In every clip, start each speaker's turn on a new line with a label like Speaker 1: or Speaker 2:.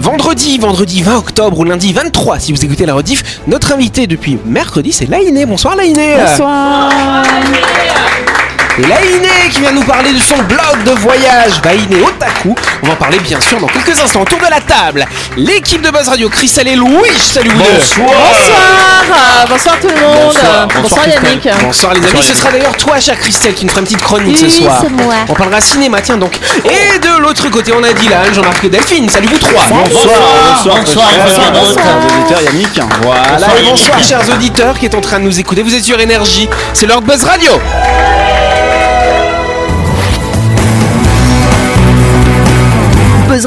Speaker 1: vendredi, vendredi 20 octobre ou lundi 23, si vous écoutez la rediff, notre invité depuis mercredi, c'est Lainé. Bonsoir Lainé.
Speaker 2: Bonsoir.
Speaker 1: Lainé qui vient nous parler de son blog de voyage, Bainé Otaku. On va en parler bien sûr dans quelques instants. Autour de la table, l'équipe de Buzz Radio, Chris et Louis. Salut vous deux.
Speaker 2: Bonsoir. Bonsoir tout le monde. Bonsoir, Yannick.
Speaker 1: Bonsoir les amis, ce sera d'ailleurs toi, chère Christelle, qui nous fera une petite chronique ce soir.
Speaker 3: c'est moi.
Speaker 1: On parlera cinéma, tiens donc. Et de l'autre côté, on a Dylan, Jean-Marc et Delphine. Salut vous trois.
Speaker 4: bonsoir, bonsoir, bonsoir, bonsoir, bonsoir, Yannick.
Speaker 1: Voilà, et bonsoir, chers auditeurs qui est en train de nous écouter. Vous êtes sur Énergie, c'est l'heure de Buzz Radio.
Speaker 5: Buzz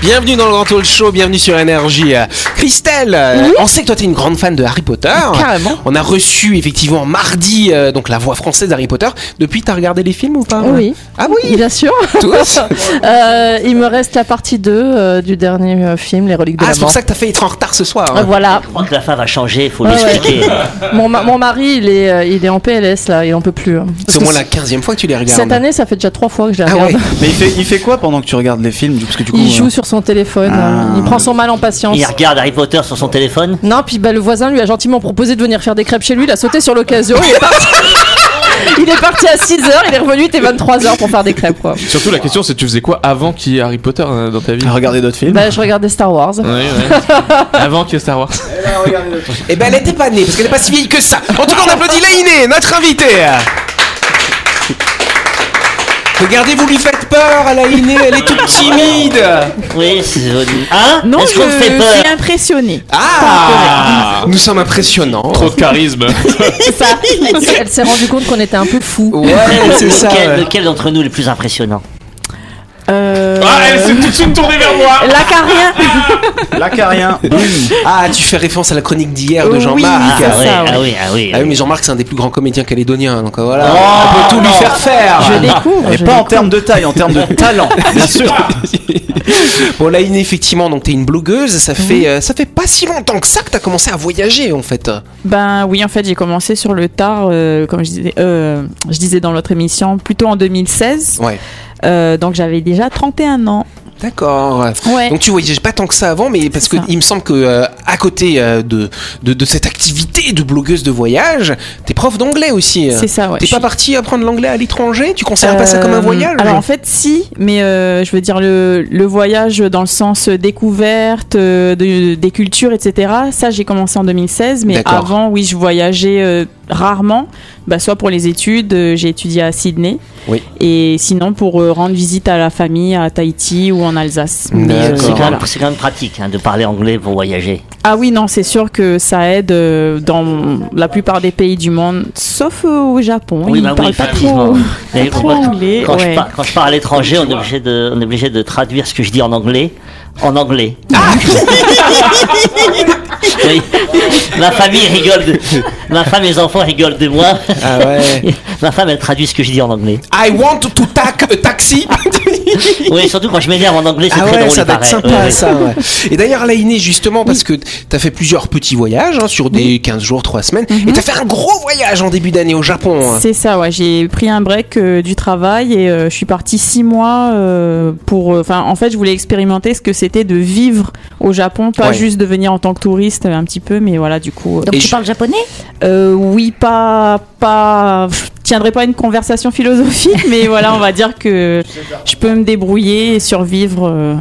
Speaker 1: Bienvenue dans le Grand Talk Show, bienvenue sur Énergie. Christelle, euh, on sait que toi t'es une grande fan de Harry Potter.
Speaker 2: Carrément.
Speaker 1: On a reçu effectivement mardi euh, donc la voix française d'Harry Potter. Depuis, t'as regardé les films ou pas
Speaker 2: Oui.
Speaker 1: Ah oui Ah,
Speaker 2: Bien sûr.
Speaker 1: Tous
Speaker 2: Euh, il me reste la partie 2 euh, du dernier euh, film, Les Reliques de
Speaker 1: Ah,
Speaker 2: la
Speaker 1: c'est pour
Speaker 2: Mort.
Speaker 1: ça que t'as fait être en retard ce soir.
Speaker 2: Euh,
Speaker 1: hein.
Speaker 2: Voilà,
Speaker 4: Je crois que la femme a changé, faut
Speaker 2: Ouais,
Speaker 4: l'expliquer.
Speaker 2: mon, ma- mon mari il est, euh, il est en PLS là, il en peut plus. hein. Parce
Speaker 1: C'est au
Speaker 2: que
Speaker 1: moins
Speaker 2: c-
Speaker 1: la 15 fois que tu les regardes.
Speaker 2: Cette année ça fait déjà trois fois que je la
Speaker 1: Ah
Speaker 2: regarde.
Speaker 1: ouais. euh.
Speaker 4: Mais il fait, il fait quoi pendant que tu regardes les films Parce que du coup, euh,
Speaker 2: Il joue sur son téléphone,
Speaker 4: Ah.
Speaker 2: euh, il prend son mal en patience.
Speaker 6: Il regarde Harry Potter sur son téléphone.
Speaker 2: Non, puis bah, le voisin lui a gentiment proposé de venir faire des crêpes chez lui, il a sauté sur l'occasion, il est parti. Il est parti à 6h, il est revenu, il était 23h pour faire des crêpes quoi.
Speaker 7: Surtout la question c'est tu faisais quoi avant qu'il y ait Harry Potter euh, dans ta vie
Speaker 4: euh, regarder d'autres films.
Speaker 2: Bah, je regardais Star Wars.
Speaker 7: Ouais, ouais. Avant qu'il y ait Star Wars.
Speaker 1: Eh ben, elle était pas née, parce qu'elle est pas si vieille que ça. En tout cas, on applaudit Lainé, notre invitée. Regardez, vous lui faites peur à Lainé, elle est toute timide.
Speaker 6: Oui, c'est Hein
Speaker 8: Non,
Speaker 6: Est-ce
Speaker 8: je
Speaker 6: qu'on te fait peur
Speaker 8: suis impressionnée.
Speaker 1: Ah Nous sommes impressionnants.
Speaker 7: Trop de charisme.
Speaker 2: C'est ça. Elle s'est rendue compte qu'on était un peu fous.
Speaker 1: Ouais, c'est ça.
Speaker 6: Eh, Lequel,
Speaker 1: ouais.
Speaker 6: lequel d'entre nous est le plus impressionnant
Speaker 8: Euh,
Speaker 7: Ah, elle s'est tout de suite tournée vers moi.
Speaker 8: la carrière.
Speaker 4: Bah, L'acarien.
Speaker 1: Ah, tu fais référence à la chronique d'hier de
Speaker 8: Oui,
Speaker 1: Jean-Marc.
Speaker 8: c'est
Speaker 6: ah,
Speaker 8: ça,
Speaker 6: ouais,
Speaker 8: ouais.
Speaker 6: ah oui, ah oui.
Speaker 1: Ah oui, mais Jean-Marc, c'est un des plus grands comédiens calédoniens, donc euh, voilà,
Speaker 4: Oh.
Speaker 1: on peut tout lui faire faire.
Speaker 2: Je découvre.
Speaker 4: Et
Speaker 2: je
Speaker 4: pas en
Speaker 2: découvre.
Speaker 4: termes de taille, en termes de talent, Bah bien sûr.
Speaker 1: Bon, Lainé, effectivement, donc t'es une blogueuse, ça fait euh, ça fait pas si longtemps que ça que t'as commencé à voyager en fait.
Speaker 8: Ben oui, en fait, j'ai commencé sur le tard, euh, comme je disais, euh, je disais dans l'autre émission, plutôt en 2016.
Speaker 1: Ouais.
Speaker 8: Euh, donc j'avais déjà 31 ans.
Speaker 1: D'accord.
Speaker 8: Ouais.
Speaker 1: Donc tu voyages pas tant que ça avant, mais parce que
Speaker 8: ça.
Speaker 1: il me semble que euh, à côté euh, de, de de cette activité de blogueuse de voyage, t'es prof d'anglais aussi. euh.
Speaker 8: C'est ça, ouais.
Speaker 1: T'es
Speaker 8: Je
Speaker 1: pas
Speaker 8: suis-
Speaker 1: parti apprendre l'anglais à l'étranger Tu considères pas ça
Speaker 8: Euh,
Speaker 1: comme un voyage
Speaker 8: Alors en fait, si, mais euh, je veux dire le, le voyage dans le sens découverte euh, de- des cultures, etc. Ça, j'ai commencé en 2016, mais
Speaker 1: D'accord.
Speaker 8: avant, oui, je voyageais euh, rarement, bah, soit pour les études, euh, j'ai étudié à Sydney,
Speaker 1: Oui.
Speaker 8: et sinon pour euh, rendre visite à la famille à Tahiti ou en Alsace. Mais, euh,
Speaker 1: D'accord.
Speaker 6: C'est quand, même-
Speaker 8: voilà.
Speaker 6: c'est quand même pratique hein, de parler anglais pour voyager.
Speaker 8: Ah oui, non, c'est sûr que ça aide euh, dans la plupart des pays du monde, sauf euh, au Japon.
Speaker 6: Oui,
Speaker 8: ils
Speaker 6: bah oui,
Speaker 8: parlent pas
Speaker 6: effectivement.
Speaker 8: trop, pas
Speaker 6: Mais
Speaker 8: trop
Speaker 6: moi,
Speaker 8: anglais.
Speaker 6: Quand,
Speaker 8: ouais.
Speaker 6: je pars, quand je pars à l'étranger, on est, obligé de, on est obligé de traduire ce que je dis en anglais en anglais.
Speaker 8: Ah
Speaker 6: oui. Ma famille rigole de... Ma femme et mes enfants rigolent de moi.
Speaker 1: Ah ouais.
Speaker 6: Ma femme, elle traduit ce que je dis en anglais.
Speaker 1: I want to tac a taxi.
Speaker 8: Ah
Speaker 6: Oui, surtout quand je m'énerve en anglais, c'est
Speaker 1: Ah
Speaker 6: très
Speaker 1: ouais,
Speaker 6: drôle.
Speaker 1: ça
Speaker 6: il
Speaker 1: va être
Speaker 6: paraît.
Speaker 1: sympa
Speaker 6: Ouais, ouais.
Speaker 1: ça. ouais. Et d'ailleurs, Lainé, justement, parce que t'as fait plusieurs petits voyages hein, sur des 15 jours, 3 semaines,
Speaker 8: Mhm.
Speaker 1: et t'as fait un gros voyage en début d'année au Japon. hein.
Speaker 8: C'est ça, ouais. J'ai pris un break euh, du travail et euh, je suis partie six mois euh, pour. Enfin, en fait, je voulais expérimenter ce que c'était de vivre au Japon, pas
Speaker 1: Ouais.
Speaker 8: juste de venir en tant que touriste euh, un petit peu, mais voilà, du coup. euh,
Speaker 3: Donc
Speaker 1: Et
Speaker 3: tu
Speaker 1: je-
Speaker 3: parles japonais
Speaker 8: euh, oui, pas, pas. Je tiendrai pas une conversation philosophique, mais voilà, on va dire que je peux me débrouiller et survivre. euh,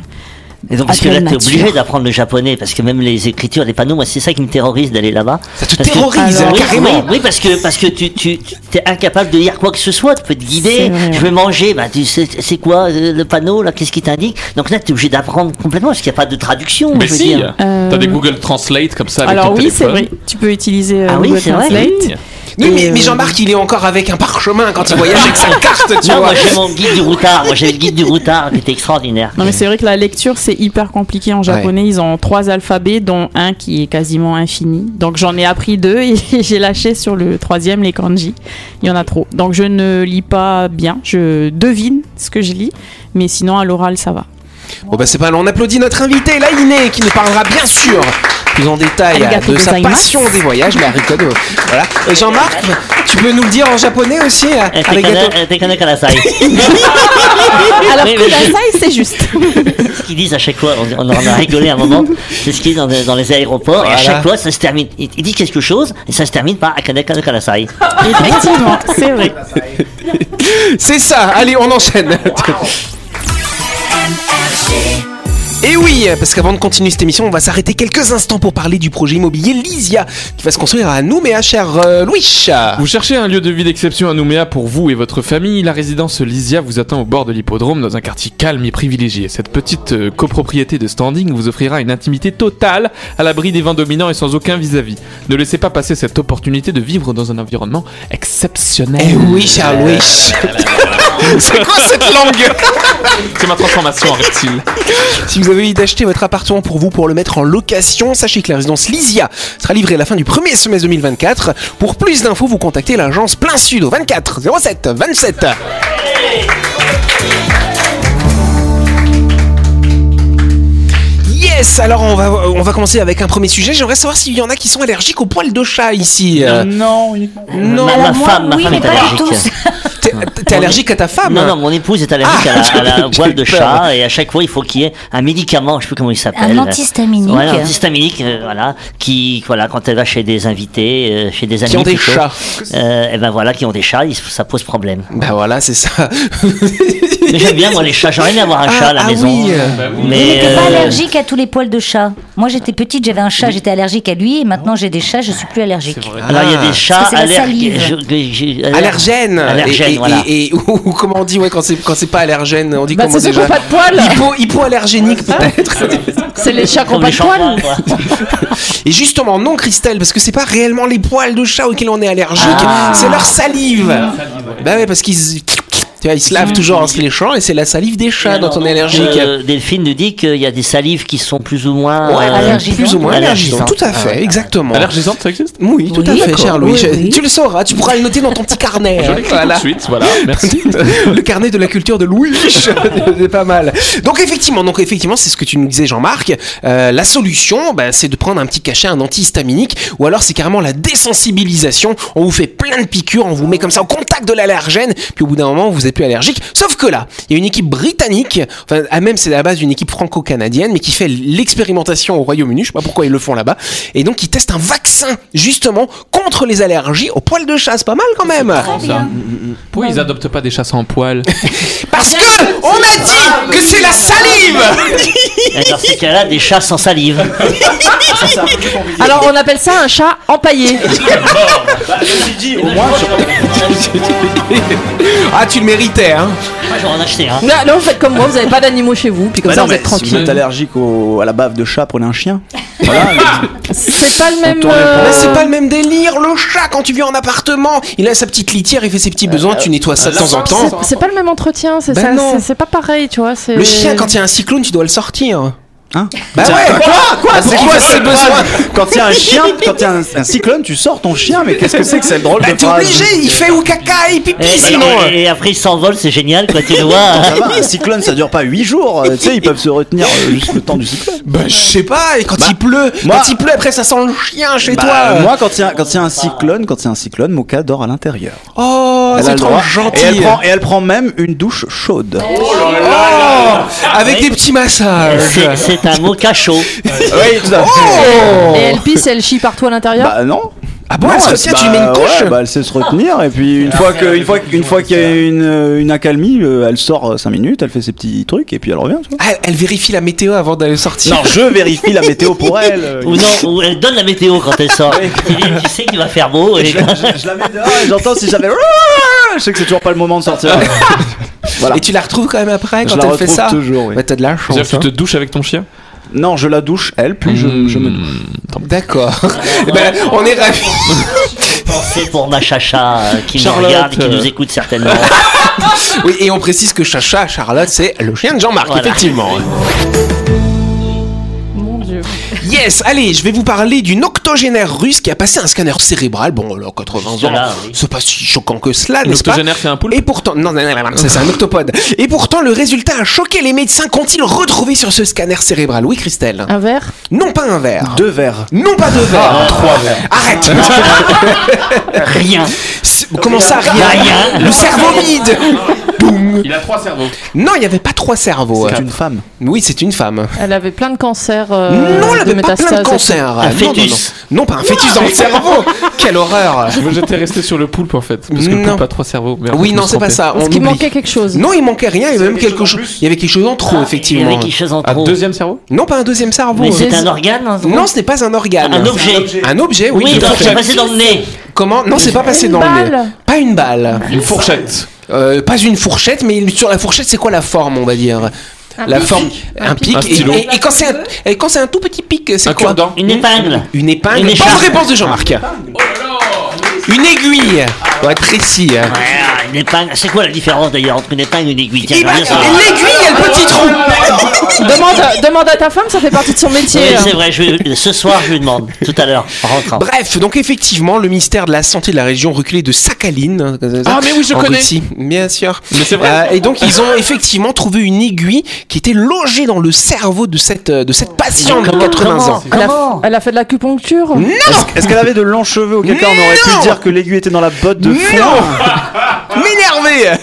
Speaker 6: Et donc, parce
Speaker 8: En
Speaker 6: que là,
Speaker 8: pleine
Speaker 6: t'es
Speaker 8: nature.
Speaker 6: obligé d'apprendre le japonais, parce que même les écritures, les panneaux, moi, c'est ça qui me terrorise d'aller là-bas.
Speaker 1: Ça te
Speaker 6: Parce que-
Speaker 1: terrorise,
Speaker 6: oui,
Speaker 1: carrément.
Speaker 6: Oui, oui, parce que, parce que tu, tu, tu- t'es incapable de lire quoi que ce soit, tu peux te
Speaker 8: C'est
Speaker 6: guider,
Speaker 8: vrai,
Speaker 6: je
Speaker 8: ouais.
Speaker 6: vais manger, bah, tu sais, c'est quoi, euh, le panneau, là, qu'est-ce qui t'indique? Donc là, t'es obligé d'apprendre complètement, parce qu'il n'y a pas de traduction,
Speaker 7: Mais
Speaker 6: je veux
Speaker 7: si.
Speaker 6: dire.
Speaker 2: Euh,
Speaker 7: T'as des Google Translate comme ça avec
Speaker 8: Alors
Speaker 7: ton
Speaker 8: oui, c'est
Speaker 7: téléphone.
Speaker 8: vrai. Tu peux utiliser euh,
Speaker 6: Ah oui,
Speaker 8: Google
Speaker 6: c'est vrai.
Speaker 8: Translate.
Speaker 7: Oui.
Speaker 1: Oui,
Speaker 8: Et,
Speaker 1: mais, mais
Speaker 8: euh,
Speaker 1: Jean-Marc, il est encore avec un parchemin quand il voyage avec sa carte, tu
Speaker 6: Non,
Speaker 1: vois.
Speaker 6: Ah, moi j'ai mon guide du routard. Moi j'ai le guide du routard qui était extraordinaire.
Speaker 8: Non mais c'est vrai que la lecture c'est hyper compliqué en japonais. Ils ont trois alphabets dont un qui est quasiment infini. Donc j'en ai appris deux et j'ai lâché sur le troisième les kanji. Il y en a trop. Donc je ne lis pas bien. Je devine ce que je lis, mais sinon à l'oral ça va.
Speaker 1: Bon, bah, c'est pas mal. On applaudit notre invité, Lainé, qui nous parlera bien sûr plus en détail euh,
Speaker 8: Arigato
Speaker 1: de sa
Speaker 8: gozaimasu.
Speaker 1: passion des voyages. Mais Arigato, euh, voilà. Et Jean-Marc, tu peux nous le dire en japonais aussi euh,
Speaker 6: Eh, t'es
Speaker 1: Arigato.
Speaker 6: conna- eh, t'es conna- conna- ça y est.
Speaker 8: Alors
Speaker 6: Oui,
Speaker 8: que
Speaker 6: mais-
Speaker 8: la saille, c'est juste.
Speaker 6: ce qu'ils disent à chaque fois, on, on en a rigolé un moment, c'est ce qu'ils disent dans, les- dans les aéroports, et à
Speaker 1: Voilà.
Speaker 6: chaque fois ça se termine, ils ils disent quelque chose, et ça se termine par Akane Kana Kanasai.
Speaker 8: Effectivement, c'est vrai.
Speaker 1: C'est ça, allez, on enchaîne. Et oui, parce qu'avant de continuer cette émission, on va s'arrêter quelques instants pour parler du projet immobilier Lysia qui va se construire à Nouméa, cher euh, Louis.
Speaker 7: Vous cherchez un lieu de vie d'exception à Nouméa pour vous et votre famille La résidence Lysia vous attend au bord de l'hippodrome dans un quartier calme et privilégié. Cette petite euh, copropriété de standing vous offrira une intimité totale à l'abri des vents dominants et sans aucun vis-à-vis. Ne laissez pas passer cette opportunité de vivre dans un environnement exceptionnel.
Speaker 1: Eh oui, cher Louis. C'est quoi cette langue
Speaker 7: C'est ma transformation en reptile.
Speaker 1: Si vous avez envie d'acheter votre appartement pour vous pour le mettre en location, sachez que la résidence Lysia sera livrée à la fin du premier semestre 2024. Pour plus d'infos, vous contactez l'agence Plein Sud au 24 07 27. Yes, alors on va, on va commencer avec un premier sujet. J'aimerais savoir s'il y en a qui sont allergiques aux poils de chat ici. Euh,
Speaker 3: Non, uniquement.
Speaker 1: non,
Speaker 6: ma, ma
Speaker 3: moi,
Speaker 6: femme, ma
Speaker 3: oui,
Speaker 6: femme
Speaker 3: mais
Speaker 6: est
Speaker 3: pas du
Speaker 6: allergique.
Speaker 3: tout.
Speaker 1: t'es t'es allergique à ta femme
Speaker 6: Non, non, mon épouse est allergique
Speaker 3: Ah,
Speaker 6: à la, à la
Speaker 1: j'ai
Speaker 6: voile de
Speaker 1: peur.
Speaker 6: chat, et à chaque fois il faut qu'il y ait un médicament, je sais plus comment il s'appelle.
Speaker 3: Un antihistaminique.
Speaker 6: Ouais, un antihistaminique, euh, voilà, qui, voilà, quand elle va chez des invités, euh, chez des amis
Speaker 1: ont des
Speaker 6: plutôt,
Speaker 1: chats.
Speaker 6: euh, et ben voilà, qui ont des chats, ils- ça pose problème.
Speaker 1: Bah voilà, c'est ça.
Speaker 6: Mais j'aime bien moi les chats, j'aurais aimé avoir un
Speaker 1: Ah,
Speaker 6: chat à la
Speaker 1: ah
Speaker 6: maison.
Speaker 1: oui, euh,
Speaker 3: Vous
Speaker 6: Mais
Speaker 3: n'étiez pas
Speaker 6: euh,
Speaker 3: allergique à tous les poils de chat. Moi, j'étais petite, j'avais un chat, j'étais allergique à lui, et maintenant j'ai des chats, je suis plus allergique.
Speaker 6: Alors il y a des chats
Speaker 3: Ah. Parce que c'est
Speaker 6: allerg-
Speaker 3: la salive.
Speaker 6: je- je- je-
Speaker 1: Allergène.
Speaker 6: Allergène,
Speaker 1: et, et-
Speaker 6: voilà.
Speaker 1: et- et- ou, ou comment on dit ouais, quand c'est quand c'est pas allergène On dit
Speaker 2: Bah,
Speaker 1: comment
Speaker 2: c'est ceux qui
Speaker 1: déjà
Speaker 2: ont pas de poils.
Speaker 1: Hypo, hypoallergénique peut-être.
Speaker 2: C'est les chats qui ont
Speaker 6: Comme
Speaker 2: pas
Speaker 6: les
Speaker 2: de
Speaker 6: shampoings,
Speaker 2: poils.
Speaker 6: quoi.
Speaker 1: Et justement, non, Christelle, parce que c'est pas réellement les poils de chat auxquels on est allergique, c'est leur salive. Bah ouais, parce qu'ils tu vois, ils se lavent toujours en se léchant et c'est la salive des chats dont on est allergique.
Speaker 6: Euh, Delphine nous dit qu'il y a des salives qui sont plus ou moins
Speaker 1: Ouais,
Speaker 6: euh,
Speaker 1: plus ou moins allergisant.
Speaker 6: allergisantes.
Speaker 1: Tout à fait, exactement.
Speaker 7: Allergisante, ça existe
Speaker 1: Oui, tout
Speaker 3: Oui,
Speaker 1: à fait,
Speaker 3: d'accord.
Speaker 1: cher Louis.
Speaker 3: Oui, oui.
Speaker 1: Tu le sauras, tu pourras le noter dans ton petit carnet.
Speaker 7: Je l'écris tout de suite, voilà, merci.
Speaker 1: le carnet de la culture de Louis, c'est pas mal. Donc effectivement, donc effectivement, c'est ce que tu nous disais, Jean-Marc. Euh, la solution, bah, c'est de prendre un petit cachet, un antihistaminique, ou alors c'est carrément la désensibilisation. On vous fait plein de piqûres, on vous met comme ça au contact de l'allergène, puis au bout d'un moment, vous êtes plus allergique. Sauf que là, il y a une équipe britannique, enfin, à même c'est à la base d'une équipe franco-canadienne, mais qui fait l'expérimentation au Royaume-Uni. Je sais pas pourquoi ils le font là-bas, et donc ils testent un vaccin justement contre les allergies aux poils de chat. C'est pas mal quand même.
Speaker 7: Pourquoi ils adoptent pas des chats sans poils
Speaker 1: Parce que on a dit que c'est la salive
Speaker 6: Et Dans ces cas-là, des chats sans salive.
Speaker 2: Alors on appelle ça un chat empaillé.
Speaker 1: Ah tu le méritais hein
Speaker 6: Moi, j'aurais en hein. acheté un.
Speaker 2: Non, non, faites comme moi, vous avez pas d'animaux chez vous, puis comme
Speaker 4: Bah
Speaker 2: ça
Speaker 4: non,
Speaker 2: vous
Speaker 4: mais
Speaker 2: êtes
Speaker 4: si vous
Speaker 2: tranquille.
Speaker 4: êtes allergique au- à la bave de chat, prenez un chien. Voilà,
Speaker 2: C'est pas le même.
Speaker 4: tourne
Speaker 2: euh,
Speaker 1: Ah, Mais c'est pas le même délire le chat quand tu viens en appartement il a sa petite litière il fait ses petits besoins tu nettoies ça de temps en temps
Speaker 2: c'est- C'est pas le même entretien, c'est
Speaker 1: Ben
Speaker 2: ça-
Speaker 1: non.
Speaker 2: c'est- c'est pas pareil, tu vois. c'est-
Speaker 1: le chien quand il y a un cyclone tu dois le sortir
Speaker 4: Hein Ah,
Speaker 1: Bah ouais Quoi Quoi C'est quoi ce besoin
Speaker 4: Quand il y a un chien, quand il y a un, un cyclone, tu sors ton chien, mais qu'est-ce que c'est que cette drôle
Speaker 1: Bah
Speaker 4: de
Speaker 1: t'es
Speaker 4: phrase
Speaker 1: obligé il fait ou caca et pipi
Speaker 6: Et,
Speaker 4: Eh,
Speaker 1: sinon euh.
Speaker 4: euh,
Speaker 6: et- et après, ils s'envolent, c'est génial, quoi, tu le
Speaker 4: Ça
Speaker 6: vois. hein.
Speaker 4: va, un cyclone ça dure pas 8 jours, euh, tu sais, ils peuvent se retenir euh, juste le temps du cyclone.
Speaker 1: Bah je sais pas et quand
Speaker 4: Bah,
Speaker 1: il pleut
Speaker 4: moi-
Speaker 1: quand il pleut après ça sent le chien chez
Speaker 4: Bah,
Speaker 1: toi
Speaker 4: Moi, quand il y a, quand il y a un cyclone, quand il y a un cyclone, Moka dort à l'intérieur.
Speaker 1: Oh
Speaker 4: a
Speaker 1: c'est
Speaker 4: le
Speaker 1: trop
Speaker 4: droit.
Speaker 1: gentil
Speaker 4: Et elle, prend, et elle prend même une douche chaude.
Speaker 1: Oh, Avec des petits massages
Speaker 6: C'est- C'est un mot cachot.
Speaker 4: Ah Oui, tout à fait.
Speaker 2: Et elle pisse et elle chie partout à l'intérieur.
Speaker 4: Bah non.
Speaker 1: Ah bon elle se
Speaker 4: elle-
Speaker 1: retient
Speaker 4: bah,
Speaker 1: tu lui mets une couche
Speaker 4: ouais, bah, elle sait se retenir et puis une fois que une fois une fois qu'il y a une, euh, une accalmie, euh, elle sort 5 minutes, elle fait ses petits trucs et puis elle revient. tu vois.
Speaker 1: Ah, elle vérifie la météo avant d'aller sortir.
Speaker 4: Non, je vérifie la météo pour elle. euh,
Speaker 6: Ou non, ou elle donne la météo quand elle sort. Tu dis, tu sais qu'il va faire beau. Et...
Speaker 4: je, je la mets dehors et j'entends si j'avais. Je sais que c'est toujours pas le moment de sortir. voilà.
Speaker 1: Et tu la retrouves quand même après
Speaker 4: je
Speaker 1: quand
Speaker 4: la
Speaker 1: elle
Speaker 4: retrouve
Speaker 1: fait ça
Speaker 4: toujours. oui.
Speaker 1: Bah t'as de la chance.
Speaker 7: C'est-à-dire que
Speaker 1: hein.
Speaker 7: tu te douches avec ton chien Hmm.
Speaker 4: Non, je
Speaker 1: Hmm.
Speaker 4: la douche elle, puis je, je me douche.
Speaker 1: ben, D'accord. Eh ben, on est ravis.
Speaker 6: pensée pour ma chacha euh, qui nous
Speaker 7: Charlotte,
Speaker 6: regarde et qui
Speaker 7: euh.
Speaker 6: nous écoute certainement.
Speaker 1: Oui, et on précise que Chacha, Charlotte, c'est le chien de Jean-Marc,
Speaker 6: Voilà.
Speaker 1: effectivement.
Speaker 8: Mon Dieu.
Speaker 1: Yes, allez, je vais vous parler d'une octogénaire russe qui a passé un scanner cérébral. Bon, alors 80 ans,
Speaker 6: Jusque-là, oui.
Speaker 1: c'est pas si choquant que cela, n'est-ce pas
Speaker 7: L'octogénaire fait un poulpe.
Speaker 1: Et pourtant, non, non, non, non, ça, c'est un octopode. Et pourtant, le résultat a choqué les médecins. Qu'ont-ils retrouvé sur ce scanner cérébral Oui, Christelle.
Speaker 8: Un verre
Speaker 1: Non pas un verre.
Speaker 4: Deux verres.
Speaker 1: Non pas deux verres. Ah, trois verres. Arrête.
Speaker 6: Rien.
Speaker 1: C'est- Comment ça rien
Speaker 6: Rien.
Speaker 1: Le cerveau vide. Boum.
Speaker 7: Il a trois cerveaux.
Speaker 1: Non, il n'y avait pas trois cerveaux. hein.
Speaker 4: C'est une femme.
Speaker 1: Oui, c'est une femme.
Speaker 2: Elle avait plein de cancers. euh,
Speaker 1: non, elle
Speaker 2: de
Speaker 1: avait pas
Speaker 2: métastases.
Speaker 1: plein de cancers. Ah,
Speaker 6: Un
Speaker 1: Non, non,
Speaker 6: fœtus.
Speaker 1: Non, Non, pas un fœtus dans le cerveau. Quelle horreur.
Speaker 7: Moi j'étais resté sur le poulpe en fait. Parce que le
Speaker 1: Non.
Speaker 7: poulpe a trois cerveaux. Merde,
Speaker 1: Oui,
Speaker 7: je me
Speaker 1: non,
Speaker 7: suis
Speaker 1: c'est pas
Speaker 7: trompé.
Speaker 1: ça.
Speaker 2: Est-ce
Speaker 1: Ah, On
Speaker 2: qu'il
Speaker 1: oublie.
Speaker 2: manquait quelque chose
Speaker 1: Non, il manquait rien. Il y avait même quelque chose. Il y avait quelque chose en trop,
Speaker 6: Ah, Il y
Speaker 1: effectivement.
Speaker 6: avait quelque chose en
Speaker 7: Ah,
Speaker 1: Oh.
Speaker 6: trop.
Speaker 7: deuxième cerveau
Speaker 1: Non, pas un deuxième cerveau.
Speaker 6: Mais c'est
Speaker 2: Jésus.
Speaker 6: un organe hein,
Speaker 1: Non, ce n'est pas un organe.
Speaker 6: Un objet.
Speaker 1: Un objet, oui.
Speaker 6: Oui,
Speaker 1: Une
Speaker 6: donc j'ai
Speaker 1: fourchette.
Speaker 6: passé dans le nez.
Speaker 1: Comment Non, c'est pas passé
Speaker 2: Une
Speaker 1: dans le nez.
Speaker 2: balle.
Speaker 1: Pas une balle.
Speaker 7: Une fourchette.
Speaker 1: Euh, pas une fourchette, mais il- sur la fourchette, c'est quoi la forme, on va dire La forme, un pic.
Speaker 7: Un
Speaker 1: et-
Speaker 7: stylo.
Speaker 1: et, et quand c'est un, et quand c'est un tout petit pic, c'est
Speaker 7: Un
Speaker 1: quoi
Speaker 7: cure-dent.
Speaker 6: Une épingle.
Speaker 1: Une épingle.
Speaker 6: Une
Speaker 1: Bonne
Speaker 6: écharpe.
Speaker 1: réponse de Jean-Marc. Une aiguille. Pour être précis. hein.
Speaker 6: Ouais, une épingle. C'est quoi la différence d'ailleurs entre une épingle et une aiguille Tiens,
Speaker 1: Eh ben,
Speaker 6: j'aimerais bien savoir.
Speaker 1: L'aiguille, elle petit trou.
Speaker 2: demande, à- demande à ta femme, ça fait partie de son métier.
Speaker 6: Oui, c'est vrai, je vais- ce soir je lui demande, tout à l'heure, en rentrant.
Speaker 1: Bref, donc effectivement, le ministère de la Santé de la région reculée de Sakhaline. euh,
Speaker 7: Ah, mais oui, je
Speaker 1: en
Speaker 7: connais.
Speaker 1: Russie, bien sûr.
Speaker 7: Mais c'est vrai.
Speaker 1: Euh, et donc, ils ont effectivement trouvé une aiguille qui était logée dans le cerveau de cette, euh, de cette patiente de 80 ans.
Speaker 2: Elle a,
Speaker 6: Comment
Speaker 2: elle a fait de l'acupuncture
Speaker 1: Non
Speaker 4: Est-ce qu'elle avait de longs cheveux Auquel cas on aurait pu
Speaker 1: Non
Speaker 4: dire que l'aiguille était dans la botte de fond.
Speaker 1: Non M'énerver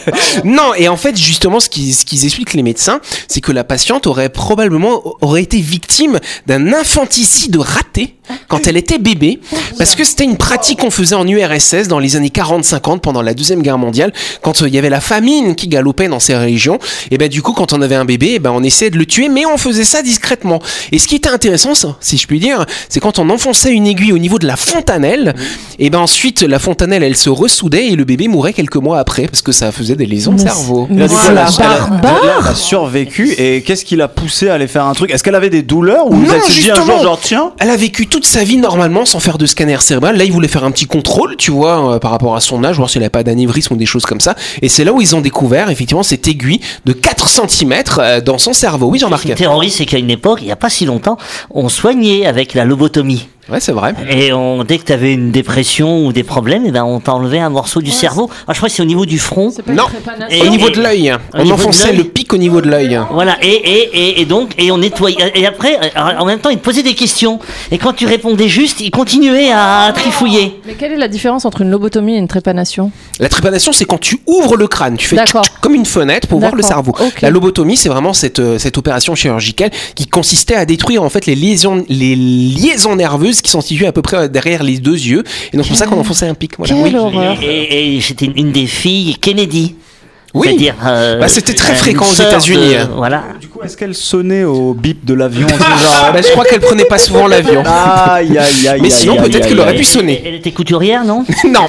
Speaker 1: Non, et en fait, justement, ce qu'ils ce qu'ils expliquent les médecins, c'est que la patiente aurait probablement aurait été victime d'un infanticide raté quand elle était bébé, parce que c'était une pratique qu'on faisait en URSS dans les années 40-50, pendant la Deuxième Guerre mondiale, quand euh, il y avait la famine qui galopait dans ces régions, et ben du coup, quand on avait un bébé, eh ben, on essayait de le tuer, mais on faisait ça discrètement. Et ce qui était intéressant, ça, si je puis dire, c'est quand on enfonçait une aiguille au niveau de la fontanelle, et ben ensuite la fontanelle elle se ressoudait et le bébé mourait quelques mois après parce que ça faisait des lésions de
Speaker 2: Mais-
Speaker 1: cerveau.
Speaker 4: Et là, du coup, elle a-
Speaker 2: Voilà.
Speaker 4: elle a-
Speaker 2: Barbare.
Speaker 4: elle a- elle a survécu et qu'est-ce qui l'a poussé à aller faire un truc Est-ce qu'elle avait des douleurs ou
Speaker 1: Non,
Speaker 4: elle s'est dit un
Speaker 1: justement.
Speaker 4: jour genre tiens
Speaker 1: Elle a vécu toute sa vie normalement sans faire de scanner cérébral. Là, ils voulaient faire un petit contrôle, tu vois, euh, par rapport à son âge, voir s'il n'avait pas d'anévrisme ou des choses comme ça. Et c'est là où ils ont découvert effectivement cette aiguille de 4 cm dans son cerveau. Oui,
Speaker 6: Ce qui
Speaker 1: Jean-Marc.
Speaker 6: me terrorise, c'est qu'à une époque, il n'y a pas si longtemps, on soignait avec la lobotomie.
Speaker 1: Ouais, c'est vrai.
Speaker 6: Et on, dès que tu avais une dépression ou des problèmes, eh ben, on t'enlevait un morceau du cerveau. Ah, je crois que c'est au niveau du front.
Speaker 1: Non.
Speaker 6: Et-
Speaker 1: Au niveau
Speaker 6: et-
Speaker 1: de l'œil, hein.
Speaker 6: Au
Speaker 1: on
Speaker 6: niveau de
Speaker 1: enfonçait
Speaker 6: l'œil.
Speaker 1: le pic au niveau de l'œil. hein.
Speaker 6: Voilà, et, et, et, et donc, et on nettoyait. Et après, euh, en en même temps, il te posait des questions. Et quand tu répondais juste, il continuait à trifouiller.
Speaker 2: Mais quelle est la différence entre une lobotomie et une trépanation
Speaker 1: La trépanation, c'est quand tu ouvres le crâne, tu fais
Speaker 2: D'accord.
Speaker 1: tchouc, tchouc comme une fenêtre pour voir le
Speaker 2: D'accord,
Speaker 1: cerveau.
Speaker 2: ok.
Speaker 1: La lobotomie, c'est vraiment cette, euh, cette opération chirurgicale qui consistait à détruire en fait les liaisons, les liaisons nerveuses qui sont situées à peu près euh, derrière les deux yeux. Et donc c'est pour ça qu'on enfonçait un pic. Voilà.
Speaker 2: Quelle
Speaker 1: Oui.
Speaker 2: Mmh. horreur
Speaker 6: Et, et c'était une des filles, Kennedy.
Speaker 1: Oui.
Speaker 6: C'est-à-dire, euh,
Speaker 1: Bah, c'était très
Speaker 6: une
Speaker 1: fréquent aux
Speaker 6: sœur
Speaker 1: États-Unis,
Speaker 6: de-
Speaker 1: hein.
Speaker 6: Voilà.
Speaker 4: Du coup, est-ce qu'elle sonnait au bip de l'avion
Speaker 1: Ah, bah, je crois qu'elle prenait pas souvent l'avion.
Speaker 4: Aïe aïe aïe aïe.
Speaker 1: Mais sinon,
Speaker 4: aïe,
Speaker 1: peut-être
Speaker 4: aïe,
Speaker 1: qu'elle aurait
Speaker 4: aïe.
Speaker 1: pu
Speaker 6: Elle-
Speaker 1: sonner.
Speaker 6: Elle était couturière, non
Speaker 1: non.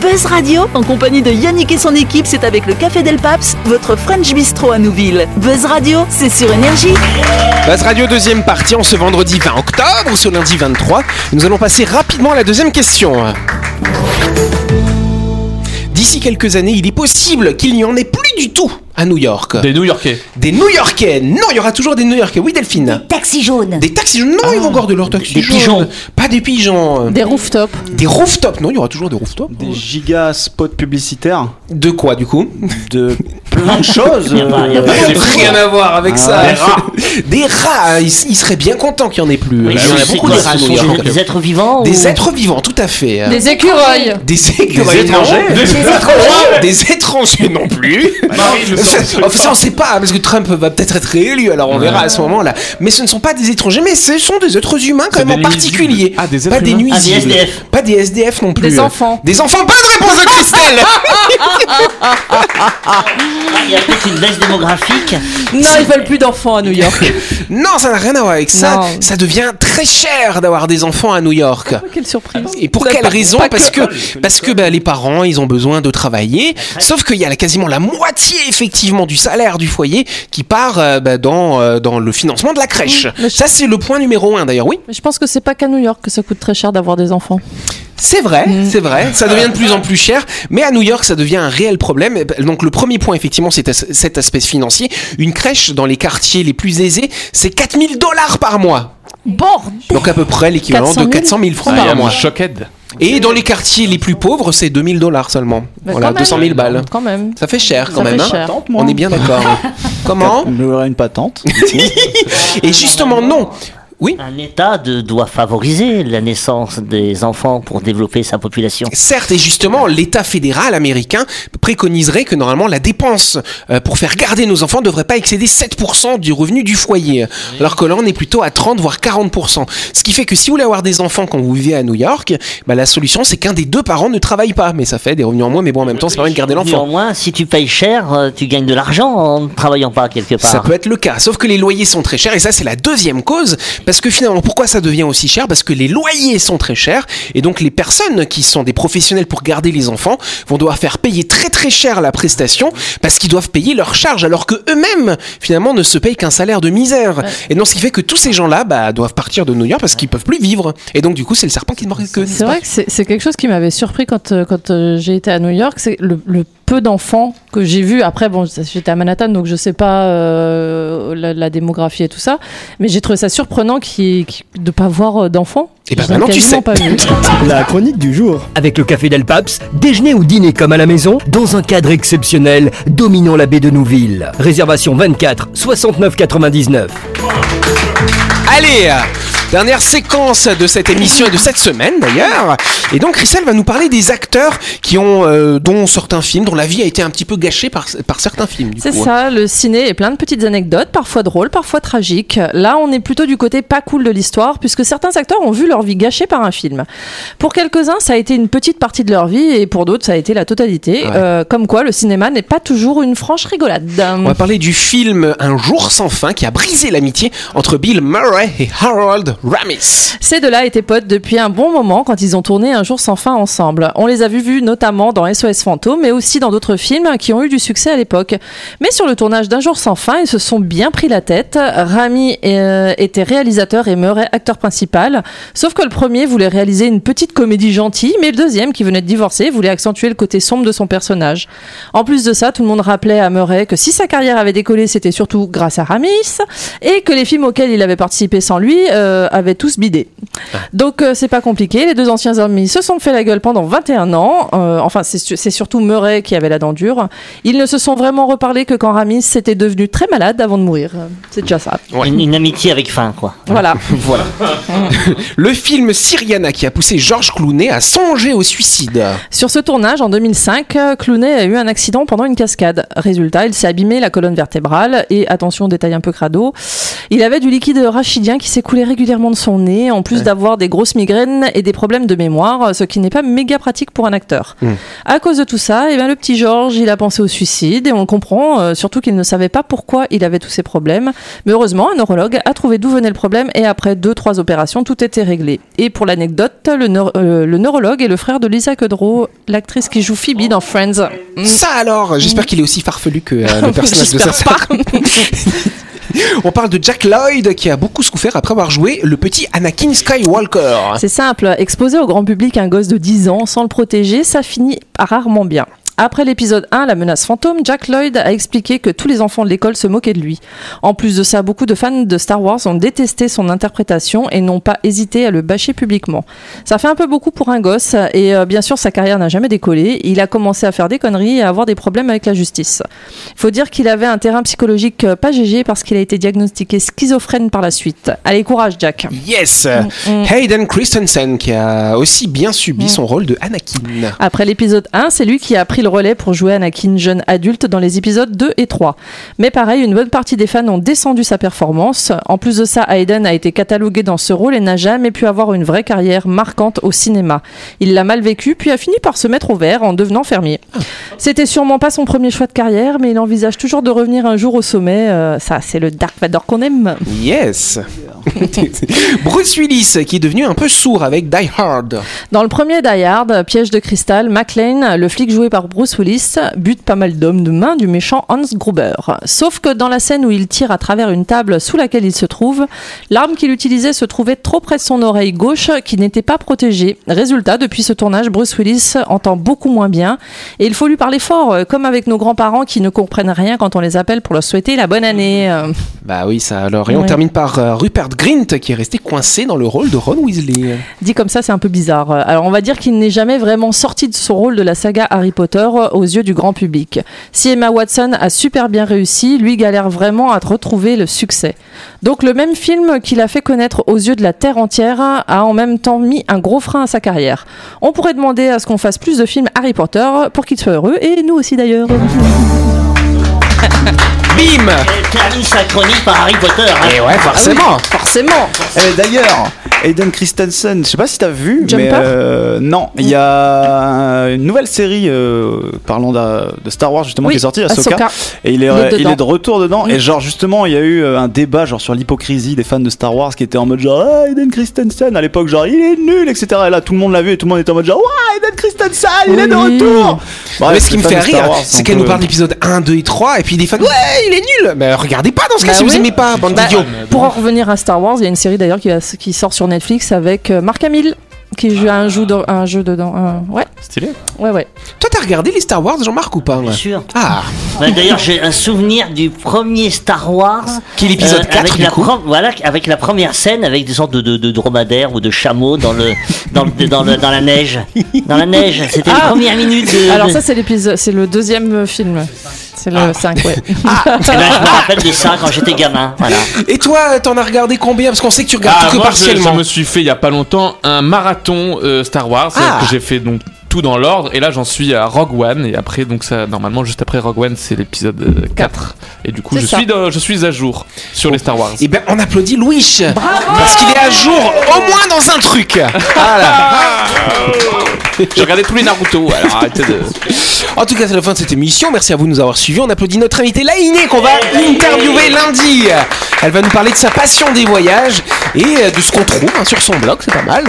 Speaker 5: Buzz Radio, en compagnie de Yannick et son équipe, c'est avec le Café Del Paps, votre French Bistro à Nouville. Buzz Radio, c'est sur Énergie.
Speaker 1: Buzz Radio deuxième partie en ce vendredi 20 octobre, ce lundi 23. Nous allons passer rapidement à la deuxième question. D'ici quelques années, il est possible qu'il n'y en ait plus du tout à New York.
Speaker 7: Des New Yorkais.
Speaker 1: Des New-Yorkais Non, il y aura toujours des New-Yorkais. Oui, Delphine.
Speaker 3: Taxi jaune.
Speaker 1: Des taxis jaunes Non, ils vont garder leurs taxis
Speaker 6: Ah, des
Speaker 1: jaunes.
Speaker 6: pigeons.
Speaker 1: Pas des pigeons. Des,
Speaker 2: Des rooftops.
Speaker 1: rooftops. Non, il y aura toujours des rooftops.
Speaker 4: Des giga spots publicitaires
Speaker 1: De quoi, du coup
Speaker 4: de plein de choses.
Speaker 6: Il y a pas- il y a pas-
Speaker 4: euh,
Speaker 6: Des
Speaker 1: Rien à voir avec
Speaker 4: Ah,
Speaker 1: ça.
Speaker 4: des
Speaker 1: Des rats. Ils, ils seraient bien contents qu'il n'y en ait plus. il y
Speaker 6: Oui,
Speaker 1: en a
Speaker 6: c'est-
Speaker 1: beaucoup
Speaker 6: c'est
Speaker 1: des
Speaker 6: quoi,
Speaker 1: rats à
Speaker 6: ce
Speaker 1: New
Speaker 6: sont
Speaker 1: York.
Speaker 6: Des êtres vivants ou-
Speaker 1: Des êtres vivants, tout à fait.
Speaker 2: Des écureuils.
Speaker 1: Ah. Des écureuils,
Speaker 4: Des
Speaker 1: non.
Speaker 4: étrangers.
Speaker 1: Des étrangers, des étrangers non plus.
Speaker 7: le
Speaker 1: Ça,
Speaker 7: sens,
Speaker 1: enfin, ça, on sait pas, hein, parce que Trump va peut-être être réélu, alors on verra à ce moment-là. Mais ce ne sont pas des étrangers, mais ce sont des êtres humains quand
Speaker 7: C'est
Speaker 1: même en
Speaker 7: des nuisibles.
Speaker 1: particulier.
Speaker 7: Ah, des êtres
Speaker 1: pas des
Speaker 7: humains.
Speaker 1: nuisibles.
Speaker 6: Ah, des SDF.
Speaker 1: Pas des SDF non plus.
Speaker 2: Des enfants.
Speaker 1: Des enfants, pas de réponse de Christelle
Speaker 6: Il y a peut-être une baisse démographique.
Speaker 2: Non, ils veulent plus d'enfants à New York.
Speaker 1: Non, ça n'a rien à voir avec ça.
Speaker 2: Non.
Speaker 1: Ça devient très cher d'avoir des enfants à New York.
Speaker 2: Quelle surprise.
Speaker 1: Et pour quelle raison Parce que, parce que bah, les parents, ils ont besoin de travailler. Sauf qu'il y a la- quasiment la moitié, effectivement, du salaire du foyer qui part euh, bah, dans, euh, dans le financement de la crèche. Ça, c'est le point numéro un, d'ailleurs, oui.
Speaker 2: Mais je pense que c'est pas qu'à New York que ça coûte très cher d'avoir des enfants.
Speaker 1: C'est vrai, c'est vrai. Ça devient de plus en plus cher. Mais à New York, ça devient un réel problème. bah, Donc, le premier point, effectivement, c'est as- cet aspect financier. Une crèche dans les quartiers les plus aisés, c'est 4000 dollars par mois.
Speaker 2: Bordel
Speaker 1: Donc, à peu près l'équivalent
Speaker 2: 400
Speaker 1: de
Speaker 2: 000
Speaker 1: 400 000 francs
Speaker 7: Ah, il y a
Speaker 1: par
Speaker 7: mon
Speaker 1: mois.
Speaker 7: choquette.
Speaker 1: Et dans les quartiers les plus pauvres, c'est 2000 dollars seulement.
Speaker 2: Bah,
Speaker 1: voilà,
Speaker 2: quand même.
Speaker 1: 200 000 balles.
Speaker 2: Quand même.
Speaker 1: Ça fait cher quand
Speaker 2: Ça
Speaker 1: même.
Speaker 2: fait
Speaker 1: hein.
Speaker 2: cher.
Speaker 4: Tente, moi.
Speaker 1: On est bien d'accord. Comment
Speaker 4: Je me verrai une patente.
Speaker 1: Et justement, non. Oui,
Speaker 6: Un État de- doit favoriser la naissance des enfants pour développer sa population.
Speaker 1: certes, et justement, l'État fédéral américain préconiserait que normalement la dépense euh, pour faire garder nos enfants ne devrait pas excéder 7% du revenu du foyer. Alors que là, on est plutôt à 30 voire 40%. Ce qui fait que si vous voulez avoir des enfants quand vous vivez à New York, bah, la solution c'est qu'un des deux parents ne travaille pas. Mais ça fait des revenus en moins, mais bon, en même temps, ça permet de garder l'enfant.
Speaker 6: Néanmoins, si tu payes cher, euh, tu gagnes de l'argent en ne travaillant pas quelque part.
Speaker 1: Ça peut être le cas, sauf que les loyers sont très chers et ça c'est la deuxième cause parce que finalement pourquoi ça devient aussi cher Parce que les loyers sont très chers et donc les personnes qui sont des professionnels pour garder les enfants vont devoir faire payer très très cher la prestation parce qu'ils doivent payer leurs charges alors que eux-mêmes finalement ne se payent qu'un salaire de misère. Et donc ce qui fait que tous ces gens-là bah, doivent partir de New York parce qu'ils peuvent plus vivre et donc du coup c'est le serpent qui ne mord que
Speaker 2: C'est vrai que c'est c'est quelque chose qui m'avait surpris quand, euh, quand euh, j'ai été à New York, c'est le, le peu d'enfants que j'ai vu. Après, bon, ça, j'étais à Manhattan, donc je sais pas euh, la, la démographie et tout ça, mais j'ai trouvé ça surprenant qui de pas voir euh, d'enfants.
Speaker 1: Eh ben,
Speaker 2: J'en ai
Speaker 1: maintenant, tu
Speaker 2: quasiment
Speaker 1: sais.
Speaker 2: Pas vu.
Speaker 9: La chronique du jour.
Speaker 10: Avec le café Del Paps, déjeuner ou dîner comme à la maison, dans un cadre exceptionnel, dominant la baie de Nouville. Réservation 24 69 99.
Speaker 1: Allez Dernière séquence de cette émission et de cette semaine d'ailleurs. Et donc Christelle va nous parler des acteurs qui ont, euh, dont certains films, dont la vie a été un petit peu gâchée par, par certains films. du
Speaker 2: C'est
Speaker 1: coup. hein.
Speaker 2: ça, le ciné est plein de petites anecdotes, parfois drôles, parfois tragiques. Là, on est plutôt du côté pas cool de l'histoire, puisque certains acteurs ont vu leur vie gâchée par un film. Pour quelques-uns, ça a été une petite partie de leur vie, et pour d'autres, ça a été la totalité.
Speaker 1: Ouais.
Speaker 2: Euh, comme quoi, le cinéma n'est pas toujours une franche rigolade.
Speaker 1: On va parler du film Un jour sans fin qui a brisé l'amitié entre Bill Murray et Harold Ramis.
Speaker 2: Ces deux-là étaient potes depuis un bon moment quand ils ont tourné Un jour sans fin ensemble. On les a vus vus notamment dans SOS Fantôme, mais aussi dans d'autres films qui ont eu du succès à l'époque. Mais sur le tournage d'Un jour sans fin, ils se sont bien pris la tête. Rami euh, était réalisateur et Murray acteur principal. Sauf que le premier voulait réaliser une petite comédie gentille, mais le deuxième, qui venait de divorcer, voulait accentuer le côté sombre de son personnage. En plus de ça, tout le monde rappelait à Murray que si sa carrière avait décollé, c'était surtout grâce à Ramis et que les films auxquels il avait participé sans lui euh, avaient tous bidé. Donc euh, c'est pas compliqué, les deux anciens amis se sont fait la gueule pendant 21 ans, Euh, enfin c'est su- c'est surtout Murray qui avait la dent dure. Ils ne se sont vraiment reparlé que quand Ramis était devenu très malade avant de mourir. C'est déjà ça.
Speaker 1: Ouais.
Speaker 6: Une, une amitié avec fin, quoi.
Speaker 2: Voilà.
Speaker 1: Voilà. Le film Syriana qui a poussé Georges Clooney à songer au suicide.
Speaker 2: Sur ce tournage, en 2005, euh, Clooney a eu un accident pendant une cascade. Résultat, il s'est abîmé la colonne vertébrale et, attention, détail un peu crado, il avait du liquide rachidien qui s'écoulait régulièrement de son nez, en plus d'avoir des grosses migraines et des problèmes de mémoire, ce qui n'est pas méga pratique pour un acteur. À cause de tout ça, eh ben, le petit Georges, il a pensé au suicide et on le comprend, euh, surtout qu'il ne savait pas pourquoi il avait tous ces problèmes. Mais heureusement, un neurologue a trouvé d'où venait le problème et après deux, trois opérations, tout était réglé. Et pour l'anecdote, le, neur- euh, le neurologue est le frère de Lisa Kudrow, l'actrice qui joue Phoebe dans Friends. Mm.
Speaker 1: Ça alors, j'espère qu'il est aussi farfelu que euh, le personnage de
Speaker 2: J'espère
Speaker 1: sa
Speaker 2: pas.
Speaker 1: On parle de Jack Lloyd qui a beaucoup souffert après avoir joué le petit Anakin Skywalker.
Speaker 2: C'est simple, exposer au grand public un gosse de 10 ans sans le protéger, ça finit rarement bien. Après l'épisode 1, La menace fantôme, Jack Lloyd a expliqué que tous les enfants de l'école se moquaient de lui. En plus de ça, beaucoup de fans de Star Wars ont détesté son interprétation et n'ont pas hésité à le bâcher publiquement. Ça fait un peu beaucoup pour un gosse et euh, bien sûr sa carrière n'a jamais décollé. Il a commencé à faire des conneries et à avoir des problèmes avec la justice. Il faut dire qu'il avait un terrain psychologique euh, pas GG parce qu'il a été diagnostiqué schizophrène par la suite. Allez, courage Jack.
Speaker 1: Yes
Speaker 2: Mm,
Speaker 1: Hayden Christensen qui a aussi bien subi son rôle de Anakin.
Speaker 2: Après l'épisode 1, c'est lui qui a pris le relais pour jouer Anakin jeune adulte dans les épisodes 2 et 3. Mais pareil, une bonne partie des fans ont descendu sa performance. En plus de ça, Hayden a été catalogué dans ce rôle et n'a jamais pu avoir une vraie carrière marquante au cinéma. Il l'a mal vécu, puis a fini par se mettre au vert en devenant fermier. C'était sûrement pas son premier choix de carrière, mais il envisage toujours de revenir un jour au sommet. Euh, ça, c'est le Dark Vador qu'on aime.
Speaker 1: Yes Bruce Willis qui est devenu un peu sourd avec Die Hard.
Speaker 2: Dans le premier Die Hard, Piège de cristal, McLean, le flic joué par Bruce Willis, bute pas mal d'hommes de main du méchant Hans Gruber. Sauf que dans la scène où il tire à travers une table sous laquelle il se trouve, l'arme qu'il utilisait se trouvait trop près de son oreille gauche qui n'était pas protégée. Résultat, depuis ce tournage, Bruce Willis entend beaucoup moins bien et il faut lui parler fort, euh, comme avec nos grands-parents qui ne comprennent rien quand on les appelle pour leur souhaiter la bonne année. euh.
Speaker 1: Bah oui, ça alors. Et on
Speaker 2: Ouais.
Speaker 1: termine par euh, Rupert Grint qui est resté coincé dans le rôle de Ron Weasley.
Speaker 2: Dit comme ça, c'est un peu bizarre. Euh, Alors, on va dire qu'il n'est jamais vraiment sorti de son rôle de la saga Harry Potter euh, aux yeux du grand public. Si Emma Watson a super bien réussi, lui galère vraiment à retrouver le succès. Donc, le même film qu'il a fait connaître aux yeux de la Terre entière a en même temps mis un gros frein à sa carrière. On pourrait demander à ce qu'on fasse plus de films Harry Potter pour qu'il soit heureux, et nous aussi d'ailleurs.
Speaker 1: Bim
Speaker 2: Ah
Speaker 6: Termine sa chronique par Harry Potter. hein.
Speaker 1: Et Eh ouais, forcément.
Speaker 2: Forcément
Speaker 4: Eh, D'ailleurs, Aiden Christensen, je sais pas si t'as vu,
Speaker 2: Jumper
Speaker 4: mais euh, non, il y a une nouvelle série euh, parlant d'a- de Star Wars justement
Speaker 2: Oui,
Speaker 4: qui est sortie, Ahsoka,
Speaker 2: Ahsoka.
Speaker 4: et il est,
Speaker 2: Il est
Speaker 4: il
Speaker 2: dedans.
Speaker 4: est de retour dedans. Et genre justement, il y a eu euh, un débat genre sur l'hypocrisie des fans de Star Wars qui étaient en mode genre ah, Aiden Christensen à l'époque genre il est nul, etc. Et là, tout le monde l'a vu et tout le monde était en mode genre ouais Aiden Christensen, il est de retour. Bref,
Speaker 1: mais ce qui
Speaker 4: les
Speaker 1: me
Speaker 4: fans
Speaker 1: fait
Speaker 4: de Star
Speaker 1: rire,
Speaker 4: Wars euh,
Speaker 1: c'est
Speaker 4: sont
Speaker 1: qu'elle nous
Speaker 4: peu-
Speaker 1: parle d'épisode 1, 2 et 3, et puis des fans, ouais, il est nul Mais regardez pas dans ce cas
Speaker 2: Bah
Speaker 1: si vous
Speaker 2: oui.
Speaker 1: aimez pas, bande
Speaker 2: Bah,
Speaker 1: d'idiots
Speaker 2: Pour en revenir à Star Wars, il y a une série d'ailleurs qui, va- qui sort sur Netflix avec euh, Mark Hamill qui joue un jeu, dans- un jeu dedans. un- ouais,
Speaker 7: Stylé.
Speaker 2: ouais, ouais.
Speaker 1: Toi, t'as regardé les Star Wars, Jean-Marc, ou pas
Speaker 6: Bien sûr.
Speaker 1: Ah
Speaker 6: Bah, D'ailleurs, j'ai un souvenir du premier Star Wars. Euh,
Speaker 1: Qui est l'épisode 4,
Speaker 6: avec
Speaker 1: du
Speaker 6: la
Speaker 1: coup.
Speaker 6: pro- Voilà, avec la première scène, avec des sortes de, de, de dromadaires ou de chameaux dans, le, dans, le, dans, le, dans la neige. Dans la neige, c'était
Speaker 2: Ah.
Speaker 6: les premières minutes de.
Speaker 2: Alors
Speaker 6: de-
Speaker 2: ça c'est l'épisode, c'est le deuxième film. C'est le 5, ouais.
Speaker 6: Eh ben, je me rappelle de ça quand j'étais gamin. Voilà.
Speaker 1: Et toi, t'en as regardé combien Parce qu'on sait que tu regardes
Speaker 7: Ah,
Speaker 1: que
Speaker 7: moi, je,
Speaker 1: Bah, partiellement.
Speaker 7: je me suis fait il y a pas longtemps un marathon euh, Star Wars
Speaker 1: Ah.
Speaker 7: euh, que j'ai fait donc tout dans l'ordre et là j'en suis à Rogue One et après donc ça normalement juste après Rogue One c'est l'épisode euh, 4. et du coup
Speaker 2: C'est
Speaker 7: je
Speaker 2: ça.
Speaker 7: suis dans- je suis à jour sur les Star Wars.
Speaker 1: Eh ben, on applaudit Louis Parce qu'il est à jour, au moins dans un truc Ah
Speaker 7: J'ai regardé tous les Naruto alors arrêtez de
Speaker 1: En tout cas, c'est la fin de cette émission. Merci à vous de nous avoir suivis. On applaudit notre invitée Laïné qu'on va interviewer lundi. Elle va nous parler de sa passion des voyages et euh, de ce qu'on trouve hein, sur son blog. C'est pas mal.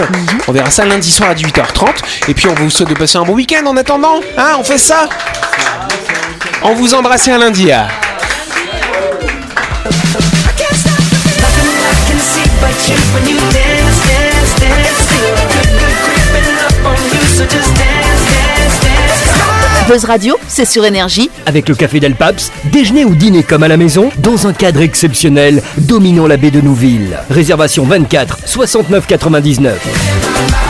Speaker 1: On verra ça lundi soir à 18h30. Et puis, on vous souhaite de passer un bon week-end en attendant. Hein, on fait ça On vous embrasse et à lundi. hein.
Speaker 5: Buzz Radio, c'est sur énergie.
Speaker 10: Avec le café Del Paps, déjeuner ou dîner comme à la maison, dans un cadre exceptionnel, dominant la baie de Nouville. Réservation 24 69 99.